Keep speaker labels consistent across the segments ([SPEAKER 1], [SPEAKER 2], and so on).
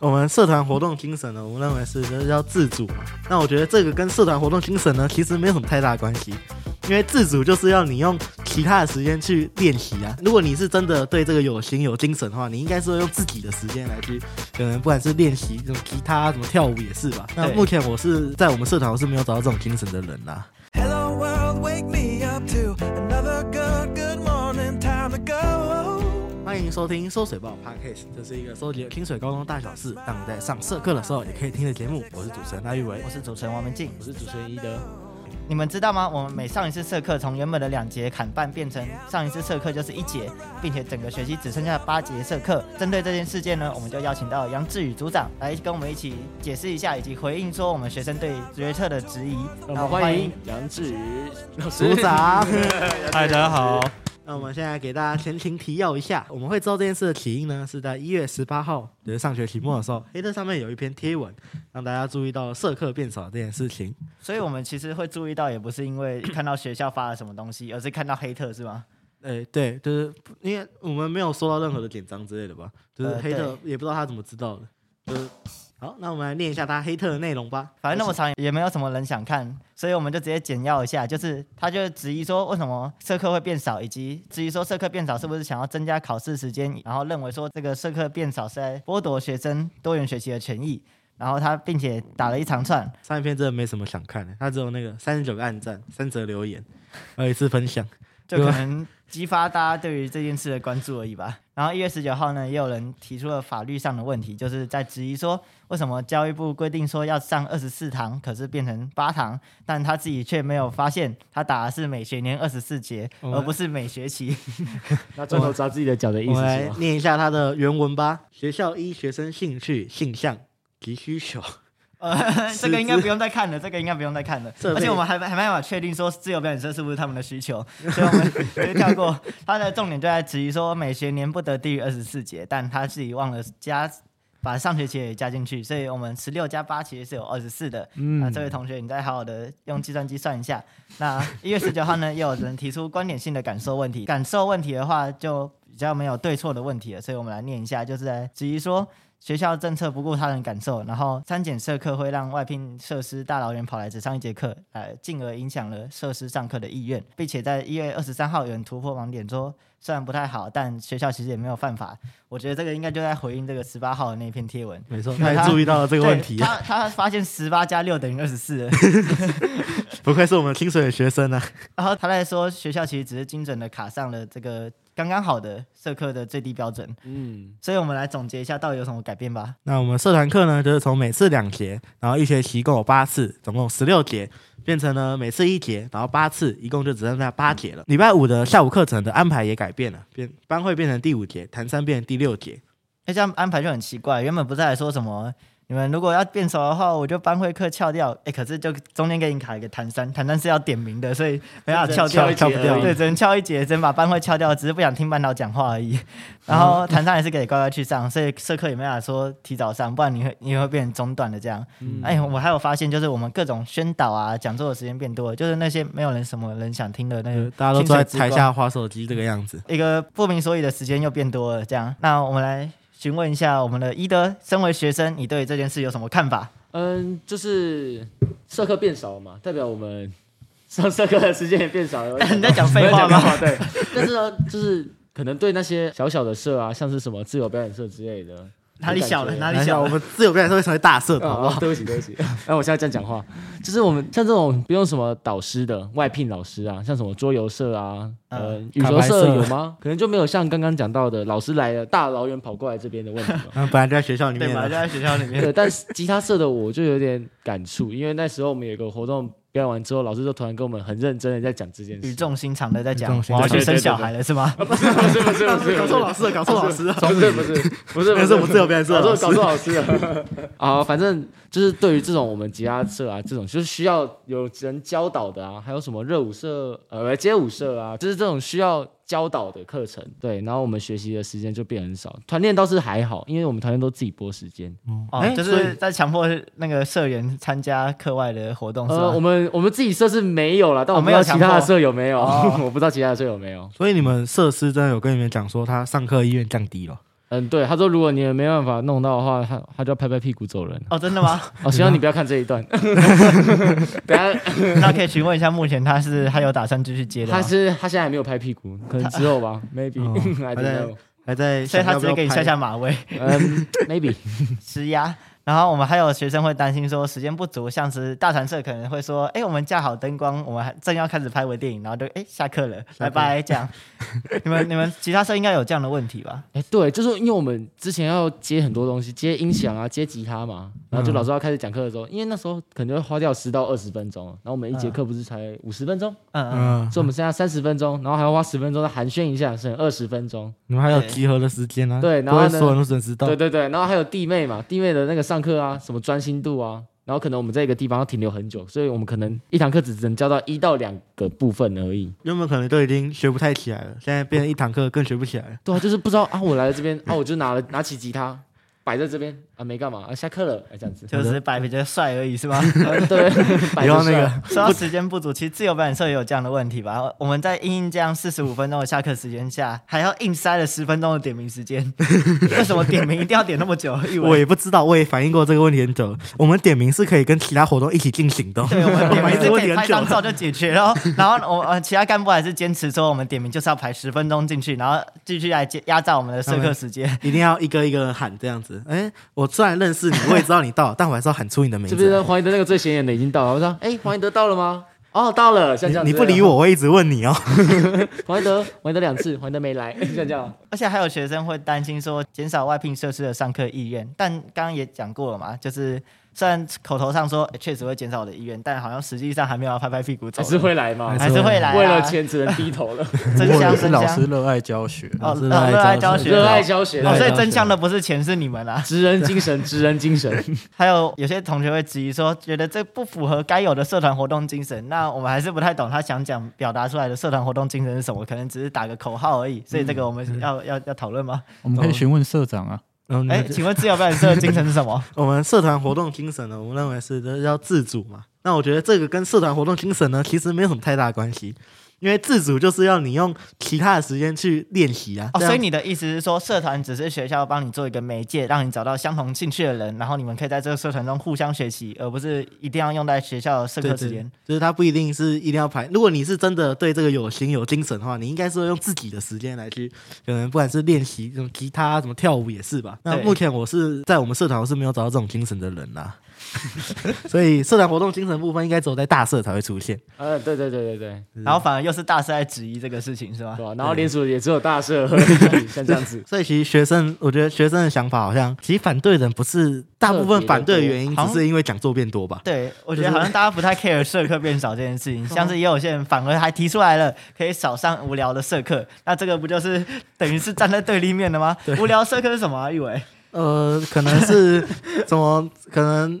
[SPEAKER 1] 我们社团活动精神呢，我们认为是就是要自主嘛。那我觉得这个跟社团活动精神呢，其实没有什么太大关系，因为自主就是要你用其他的时间去练习啊。如果你是真的对这个有心有精神的话，你应该是会用自己的时间来去，可能不管是练习什么吉他、什么跳舞也是吧。那
[SPEAKER 2] 对
[SPEAKER 1] 目前我是在我们社团我是没有找到这种精神的人啦。
[SPEAKER 3] Hello world, wake me up to another good, good morning time to go.
[SPEAKER 1] 欢迎收听《收水报》Podcast，这是一个收集清水高中大小事，让你在上社课的时候也可以听的节目。我是主持人赖玉维
[SPEAKER 2] 我，是主持人王文静。
[SPEAKER 4] 我是主持人一德，
[SPEAKER 2] 你们知道吗？我们每上一次社课，从原本的两节砍半变成上一次社课就是一节，并且整个学期只剩下八节社课。针对这件事件呢，我们就邀请到杨志宇组长来跟我们一起解释一下，以及回应说我们学生对决策的质疑。
[SPEAKER 4] 让
[SPEAKER 5] 嗯
[SPEAKER 2] 那
[SPEAKER 4] 我
[SPEAKER 2] 我们
[SPEAKER 4] 们欢迎杨志宇老师
[SPEAKER 1] 组。长。
[SPEAKER 5] 嗨，大家好。
[SPEAKER 1] 那我们现在给大家前情提要一下，我们会知道这件事的起因呢，是在一月十八号，就是上学期末的时候，黑特上面有一篇贴文，让大家注意到社课变少这件事情。
[SPEAKER 2] 所以我们其实会注意到，也不是因为看到学校发了什么东西，而是看到黑特是吗？
[SPEAKER 1] 哎，对，就是因为我们没有收到任何的典章之类的吧，就是
[SPEAKER 2] 呃
[SPEAKER 1] 黑特也不知道他怎么知道的。就是好，那我们来念一下他黑特的内容吧。
[SPEAKER 2] 反正那么长也没有什么人想看，所以我们就直接简要一下，就是他就质疑说为什么社课会变少，以及质疑说社课变少是不是想要增加考试时间，然后认为说这个社课变少是在剥夺学生多元学习的权益。然后他并且打了一长串，
[SPEAKER 1] 上一篇真的没什么想看的，他只有那个三十九个暗赞、三则留言，还有一次分享。
[SPEAKER 2] 就可能激发大家对于这件事的关注而已吧。 然后一月十九号呢，也有人提出了法律上的问题，就是在质疑说，为什么教育部规定说要上二十四堂，可是变成八堂，但他自己却没有发现，他打的是每学年二十四节，
[SPEAKER 1] 哦
[SPEAKER 2] 而不是每学期。
[SPEAKER 4] 那砖头砸自己的脚的意
[SPEAKER 1] 我
[SPEAKER 4] 思
[SPEAKER 1] 们
[SPEAKER 4] 是
[SPEAKER 1] 来
[SPEAKER 4] 吗？
[SPEAKER 1] 念一下它的原文吧。学校依学生兴趣、性向及需求，
[SPEAKER 2] 呃，这个应该不用再看了，这个应该不用再看了。
[SPEAKER 1] 设备
[SPEAKER 2] 而且我们还还没办法确定说自由表演社是不是他们的需求，所以我们就跳过。他的重点就在质疑说每学年不得低于二十四节，但他自己忘了加把上学期也加进去，所以我们十六加八其实是有二十四的。嗯，那这位同学，你再好好的用计算机算一下。那一月十九号呢，也有人提出观点性的感受问题。感受问题的话，就比较没有对错的问题了，所以我们来念一下，就是在质疑说。学校政策不顾他人感受，然后参检社课会让外聘设施大老远跑来只上一节课，呃，进而影响了设施上课的意愿，并且在一月二十三号有人突破盲点说，虽然不太好，但学校其实也没有犯法。我觉得这个应该就在回应这个十八号的那篇贴文。
[SPEAKER 1] 没错，
[SPEAKER 2] 他
[SPEAKER 1] 他也注意到了这
[SPEAKER 2] 这
[SPEAKER 1] 个问题，啊
[SPEAKER 2] 他他发现十八加六等于二十四，
[SPEAKER 1] 不愧是我们清水的学生啊！
[SPEAKER 2] 然后他在说学校其实只是精准的卡上了这个刚刚好的社课的最低标准，
[SPEAKER 4] 嗯，
[SPEAKER 2] 所以我们来总结一下到底有什么改变吧。
[SPEAKER 1] 那我们社团课呢，就是从每次两节，然后一学期共有八次，总共十六节，变成了每次一节，然后八次，一共就只剩下八节了。礼拜五的下午课程的安排也改变了，变班会变成第五节，谈三变成第六节。
[SPEAKER 2] 那这样安排就很奇怪。原本不是还说什么，你们如果要变熟的话，我就班会课翘掉。哎、可是就中间给你卡一个弹三，弹三是要点名的，所以没办法翘掉，
[SPEAKER 4] 只能翘一节而已
[SPEAKER 2] 对，只能翘一节，只能把班会翘掉，只是不想听班导讲话而已。然后弹三也是给乖乖去上，所以社课也没办法说提早上，不然你会你会变成中断的这样。哎、我还有发现，就是我们各种宣导啊、讲座的时间变多了，就是那些没有人什么人想听的那个，
[SPEAKER 1] 大家都坐在台下划手机这个样子。
[SPEAKER 2] 一个不明所以的时间又变多了，这样。那我们来询问一下我们的伊德，身为学生，你对这件事有什么看 法？
[SPEAKER 4] 嗯，就是社课变少了嘛，代表我们上社课的时间也变少 了。
[SPEAKER 2] 你在讲废话吗？
[SPEAKER 4] 没有讲对，但是呢， 就是可能对那些小小的社啊，像是什么自由表演社之类的，
[SPEAKER 2] 哪里小了？
[SPEAKER 4] 有
[SPEAKER 2] 哪
[SPEAKER 4] 感觉
[SPEAKER 1] 等
[SPEAKER 2] 里
[SPEAKER 1] 一下，
[SPEAKER 2] 小
[SPEAKER 1] 我
[SPEAKER 2] 了？
[SPEAKER 1] 们自由表演社会成为大社团，好不
[SPEAKER 4] 哦
[SPEAKER 1] 好？
[SPEAKER 4] 对不起， 对不起。哎，我现在这样讲话，就是我们像这种不用什么导师的外聘老师啊，像什么桌游社啊，呃，羽
[SPEAKER 1] 卡
[SPEAKER 4] 球
[SPEAKER 1] 牌
[SPEAKER 4] 社
[SPEAKER 1] 社。
[SPEAKER 4] 有吗？可能就没有像刚刚讲到的老师来了，大老远跑过来这边的问题了
[SPEAKER 1] 嗯，本来就在学校里
[SPEAKER 2] 对
[SPEAKER 1] 面
[SPEAKER 2] 嘛，
[SPEAKER 1] 了
[SPEAKER 2] 就。在学校 里 面。
[SPEAKER 4] 对，但是吉他社的我就有点感触，因为那时候我们有个活动表演完之后，老师就突然跟我们很认真的在讲这件
[SPEAKER 2] 语
[SPEAKER 4] 事。
[SPEAKER 2] 重心长的在
[SPEAKER 1] 语
[SPEAKER 2] 讲
[SPEAKER 1] 重，心
[SPEAKER 2] 我
[SPEAKER 1] 长
[SPEAKER 2] 要去生小孩了，是吗？
[SPEAKER 4] 不是不是不是不是，
[SPEAKER 1] 搞错老师了，搞错老 师了。
[SPEAKER 4] 不是不是不是，
[SPEAKER 1] 那是我们自由表演社
[SPEAKER 4] 搞
[SPEAKER 1] 的老
[SPEAKER 4] 错
[SPEAKER 1] 师
[SPEAKER 4] 搞错老师 了。啊，反正就是对于这种我们吉他社啊，这种就是需要有人教导的啊，还有什么热舞社、呃街舞社啊，就是这种需要教导的课程。对，然后我们学习的时间就变很少。团练倒是还好，因为我们团练都自己拨时间。
[SPEAKER 2] 哦，
[SPEAKER 1] 哎
[SPEAKER 2] 就
[SPEAKER 1] 所以
[SPEAKER 2] 是在强迫那个社员参加课外的活动，是
[SPEAKER 4] 呃，
[SPEAKER 2] 吧？
[SPEAKER 4] 我们我们自己社是没有了，但我
[SPEAKER 2] 啊哦
[SPEAKER 4] 不
[SPEAKER 2] 没
[SPEAKER 4] 知
[SPEAKER 2] 有
[SPEAKER 4] 道其他
[SPEAKER 2] 强
[SPEAKER 4] 的
[SPEAKER 2] 迫
[SPEAKER 4] 社有没有，
[SPEAKER 2] 哦
[SPEAKER 4] 我不知道其他的社有没有。
[SPEAKER 1] 所以你们设施真的有跟你们讲说他上课意愿降低了？
[SPEAKER 4] 嗯，对，他说如果你也没办法弄到的话，他他就要拍拍屁股 走人。
[SPEAKER 2] 哦，真的 吗？
[SPEAKER 4] 哦，希望你不要看这 一段。等下，
[SPEAKER 2] 那可以询问一下，目前他是还有打算继续接的吗
[SPEAKER 4] 他？是他现在还没有拍屁股，可能之 后吧，maybe
[SPEAKER 1] 哦
[SPEAKER 4] I
[SPEAKER 1] 还
[SPEAKER 4] don't
[SPEAKER 1] 在
[SPEAKER 4] know，
[SPEAKER 1] 还在
[SPEAKER 2] 所以
[SPEAKER 1] 想
[SPEAKER 2] 他
[SPEAKER 1] 要不
[SPEAKER 2] 直接
[SPEAKER 1] 要
[SPEAKER 2] 给
[SPEAKER 1] 拍，
[SPEAKER 2] 你下下马威，
[SPEAKER 4] 嗯，maybe
[SPEAKER 2] 施压。然后我们还有学生会担心说时间不足，像是大传社可能会说，哎，我们架好灯光，我们还正要开始拍微电影，然后就哎下课了，
[SPEAKER 1] 下课
[SPEAKER 2] 拜拜这样。你们你们其他社应该有这样的问题吧？
[SPEAKER 4] 哎，对，就是因为我们之前要接很多东西，接音响啊，接吉他嘛，然
[SPEAKER 2] 嗯
[SPEAKER 4] 后就老师要开始讲课的时候，因为那时候可能就会花掉十到二十分钟，然后我们一节课不是才五十分钟，
[SPEAKER 2] 嗯 嗯。
[SPEAKER 1] 嗯，
[SPEAKER 4] 所以我们剩下三十分钟，然后还要花十分钟再寒暄一下，剩二十分钟。
[SPEAKER 1] 你们还有集合的时间啊，
[SPEAKER 4] 对然
[SPEAKER 1] 不
[SPEAKER 4] 后
[SPEAKER 1] 会
[SPEAKER 4] 呢
[SPEAKER 1] 所有人都准时到
[SPEAKER 4] 对，对对，然后还有弟妹嘛，弟妹的那个上课啊，什么专心度啊，然后可能我们在一个地方要停留很久，所以我们可能一堂课只能教到一到两个部分而已。
[SPEAKER 1] 原本可能都已经学不太起来了，现在变成一堂课更学不起来了。
[SPEAKER 4] 对啊，就是不知道啊，我来了这边啊，我就拿了拿起吉他摆在这边啊，没干嘛啊，下课了，哎、这样子。
[SPEAKER 2] 就只是摆比较帅而已， 是吗？
[SPEAKER 4] 啊 对，
[SPEAKER 1] 然
[SPEAKER 4] 摆着
[SPEAKER 1] 后那
[SPEAKER 4] 帅
[SPEAKER 1] 个
[SPEAKER 2] 说到时间不足，其实自由表演社也有这样的问题吧？我们在硬硬这样四十五分钟的下课时间下，还要硬塞了十分钟的点名时 间，为什么点名一定要点那么 久？以为
[SPEAKER 1] 我也不知道，我也反映过这个问题很久了。我们点名是可以跟其他活动一起进行的哦，
[SPEAKER 2] 对，我们 点名
[SPEAKER 1] 这个
[SPEAKER 2] 是可
[SPEAKER 1] 问题
[SPEAKER 2] 以
[SPEAKER 1] 很
[SPEAKER 2] 拍
[SPEAKER 1] 久
[SPEAKER 2] 张
[SPEAKER 1] 了。
[SPEAKER 2] 照就解决然后然后我呃其他干部还是坚持说我们点名就是要排十分钟进去，然后继续来接压榨我们的社课时间。
[SPEAKER 1] 一定要一个一个喊这样子。哎，我虽然认识你，我也知道你到了，但我还是要喊出你的名
[SPEAKER 4] 这
[SPEAKER 1] 字。
[SPEAKER 4] 边黄宜德那个最显眼的已经到了，我说哎，黄宜德到了吗？哦，到了，像这样
[SPEAKER 1] 你
[SPEAKER 4] 子
[SPEAKER 1] 不理我，，我会一直问你哦。
[SPEAKER 4] 黄宜德，黄宜德两次，黄宜德没来，像这样。
[SPEAKER 2] 而且还有学生会担心说减少外聘设施的上课意愿，但刚刚也讲过了嘛，就是虽然口头上说诶确、实会减少我的意愿，但好像实际上还没有要拍拍屁股走人，
[SPEAKER 4] 还是会来 吗？
[SPEAKER 2] 还是会来啊
[SPEAKER 4] 为了钱只能低头 了，
[SPEAKER 2] 真
[SPEAKER 5] 或者
[SPEAKER 2] 香
[SPEAKER 5] 是
[SPEAKER 2] 真
[SPEAKER 5] 老师
[SPEAKER 2] 香。
[SPEAKER 5] 热爱教学，
[SPEAKER 2] 哦，
[SPEAKER 1] 真
[SPEAKER 2] 热
[SPEAKER 1] 爱
[SPEAKER 2] 爱
[SPEAKER 1] 教
[SPEAKER 2] 教
[SPEAKER 1] 学
[SPEAKER 2] 学，
[SPEAKER 4] 热爱教学，
[SPEAKER 2] 哦，所以
[SPEAKER 1] 教
[SPEAKER 2] 真
[SPEAKER 1] 学
[SPEAKER 2] 香的不是钱是你们啊啦，
[SPEAKER 4] 职人精神，职人精神。
[SPEAKER 2] 还有有些同学会质疑说，觉得这不符合该有的社团活动精神。那我们还是不太懂他想讲表达出来的社团活动精神是什么，可能只是打个口号而
[SPEAKER 1] 嗯
[SPEAKER 2] 已。所以这个我们 要、要要讨论吗？
[SPEAKER 5] 我们可以询问社长啊。
[SPEAKER 1] 然后你
[SPEAKER 2] 哎、
[SPEAKER 1] 们就
[SPEAKER 2] 请问自由表演社的精神是什么？
[SPEAKER 1] 我们社团活动精神呢，我们认为是就是要自主嘛。那我觉得这个跟社团活动精神呢，其实没有什么太大关系，因为自主就是要你用其他的时间去练习啊。
[SPEAKER 2] 哦，
[SPEAKER 1] 这样
[SPEAKER 2] 所以你的意思是说，社团只是学校帮你做一个媒介，让你找到相同兴趣的人，然后你们可以在这个社团中互相学习，而不是一定要用在学校的社
[SPEAKER 1] 对
[SPEAKER 2] 课
[SPEAKER 1] 对
[SPEAKER 2] 时间。
[SPEAKER 1] 就是他不一定是一定要排。如果你是真的对这个有心有精神的话，你应该是会用自己的时间来去，可能不管是练习什么吉他、什么跳舞也是吧。那
[SPEAKER 2] 对
[SPEAKER 1] 目前我是在我们社团我是没有找到这种精神的人啦， 所以社团活动精神部分应该只有在大社才会出现。
[SPEAKER 4] 呃，对对对对对，
[SPEAKER 2] 然后反而又是大师在质疑这个事情，是吗
[SPEAKER 4] 对？吧、啊然后联署也只有大社而已， 像这样子。
[SPEAKER 1] 所以其实学生，我觉得学生的想法好像，其实反对的人不是大部分反对的原因，
[SPEAKER 2] 特别
[SPEAKER 1] 只
[SPEAKER 2] 多
[SPEAKER 1] 是因为讲座变多吧？
[SPEAKER 2] 对，我
[SPEAKER 1] 就
[SPEAKER 2] 觉得
[SPEAKER 1] 是
[SPEAKER 2] 好像大家不太 care 社课变少这件事情，像是也有些人反而还提出来了，可以少上无聊的社课，那这个不就是等于是站在对立面了吗？无聊社课是什么、啊？玉伟，
[SPEAKER 1] 呃，可能是什么？可能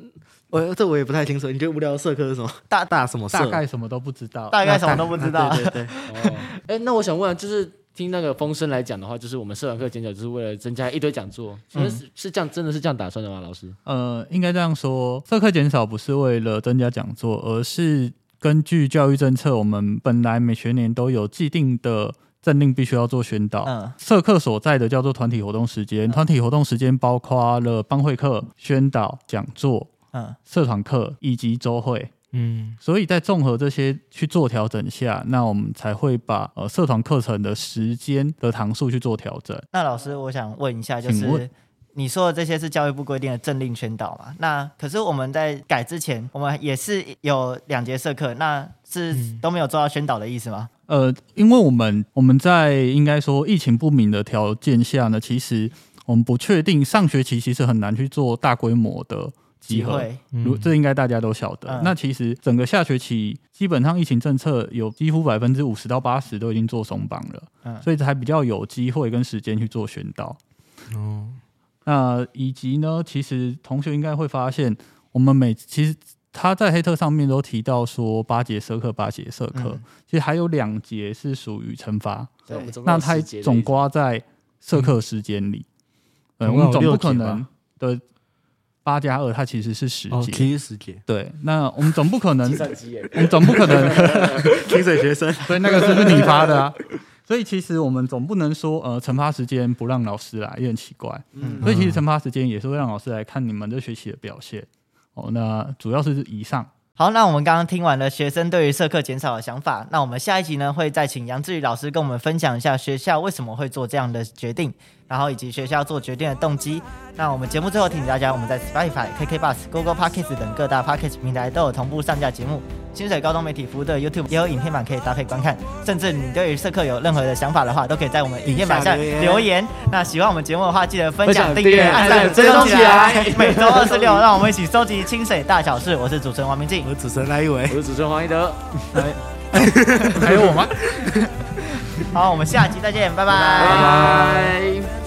[SPEAKER 1] 我这我也不太清楚。你觉得无聊的社科是什么？大大什么社？
[SPEAKER 5] 大概什么都不知道。
[SPEAKER 2] 大概什么都不知道。
[SPEAKER 1] 对对对，
[SPEAKER 4] 哦，哎，那我想问、啊，就是听那个风声来讲的话，就是我们社团课减少，就是为了增加一堆讲座，请问是是这样，真的是这样打算的吗？老师？
[SPEAKER 5] 呃，应该这样说，社课减少不是为了增加讲座，而是根据教育政策，我们本来每学年都有既定的政令必须要做宣导。
[SPEAKER 2] 嗯
[SPEAKER 5] 社课所在的叫做团体活动时间，团体活动时间包括了帮会课、宣导、讲座、
[SPEAKER 2] 嗯，
[SPEAKER 5] 社团课以及周会。
[SPEAKER 1] 嗯，
[SPEAKER 5] 所以在综合这些去做调整下，那我们才会把呃社团课程的时间的堂数去做调整。
[SPEAKER 2] 那老师，我想问一下，就
[SPEAKER 5] 请
[SPEAKER 2] 是
[SPEAKER 5] 问。
[SPEAKER 2] 你说的这些是教育部规定的政令宣导嘛？那可是我们在改之前，我们也是有两节社课，那是都没有做到宣导的意思吗？
[SPEAKER 5] 呃，因为我们我们在应该说疫情不明的条件下呢，其实我们不确定上学期其实很难去做大规模的集合。
[SPEAKER 2] 会
[SPEAKER 5] 如这应该大家都晓得。
[SPEAKER 2] 嗯
[SPEAKER 5] 那其实整个下学期，基本上疫情政策有几乎百分之五十到八十都已经做松绑了，
[SPEAKER 2] 嗯
[SPEAKER 5] 所以才比较有机会跟时间去做宣导。
[SPEAKER 1] 哦，
[SPEAKER 5] 那以及呢，其实同学应该会发现，我们每其实他在黑特上面都提到说八节社课、八节社课，
[SPEAKER 2] 嗯
[SPEAKER 5] 其实还有两节是属于惩罚，
[SPEAKER 4] 所以我们总共
[SPEAKER 5] 那
[SPEAKER 4] 有
[SPEAKER 5] 它
[SPEAKER 4] 十节的
[SPEAKER 5] 总
[SPEAKER 4] 意思
[SPEAKER 5] 刮在社课时间里，呃，
[SPEAKER 1] 总
[SPEAKER 5] 我
[SPEAKER 1] 共
[SPEAKER 5] 们
[SPEAKER 1] 有
[SPEAKER 5] 总
[SPEAKER 1] 六
[SPEAKER 5] 不
[SPEAKER 1] 节吧
[SPEAKER 5] 可能的八加二，它其实是十
[SPEAKER 1] 哦，
[SPEAKER 5] 节。
[SPEAKER 1] 体育时节，
[SPEAKER 5] 对，那我们总 不可能
[SPEAKER 4] 计算机耶。
[SPEAKER 5] 嗯你总不可能，
[SPEAKER 1] 清水学生，
[SPEAKER 5] 所以那个是不是你发的啊？所以其实我们总不能说呃惩罚时间不让老师来，也很奇怪。
[SPEAKER 1] 嗯
[SPEAKER 5] 所以其实惩罚时间也是会让老师来看你们这学期的表现。哦，那主要是以上。
[SPEAKER 2] 好，那我们刚刚听完了学生对于社课减少的想法，那我们下一集呢会再请杨志宇老师跟我们分享一下学校为什么会做这样的决定，然后以及学校做决定的动机。那我们节目最后提醒大家，我们在 Spotify、KK Bus、Google Podcast 等各大 Podcast 平台都有同步上架节目。清水高中媒体服务的 YouTube 也有影片版可以搭配观看，甚至你对于社课有任何的想法的话，都可以在我们影片版下
[SPEAKER 1] 留言
[SPEAKER 2] 留言。那喜欢我们节目的话，记得分
[SPEAKER 4] 分
[SPEAKER 2] 享、
[SPEAKER 4] 享
[SPEAKER 2] 订阅、
[SPEAKER 4] 订阅
[SPEAKER 2] 按
[SPEAKER 4] 按
[SPEAKER 2] 赞、
[SPEAKER 4] 赞
[SPEAKER 2] 追
[SPEAKER 4] 追
[SPEAKER 2] 踪
[SPEAKER 4] 踪
[SPEAKER 2] 起
[SPEAKER 4] 起
[SPEAKER 2] 来
[SPEAKER 4] 来。
[SPEAKER 2] 每周二四六，让我们一起收集清水大小事。我是主持人王明静，
[SPEAKER 1] 我主持人赖一伟
[SPEAKER 4] 我，是主持人黄一德，
[SPEAKER 5] 还有我吗？
[SPEAKER 2] 好，我们下期再见，拜拜
[SPEAKER 4] 拜拜。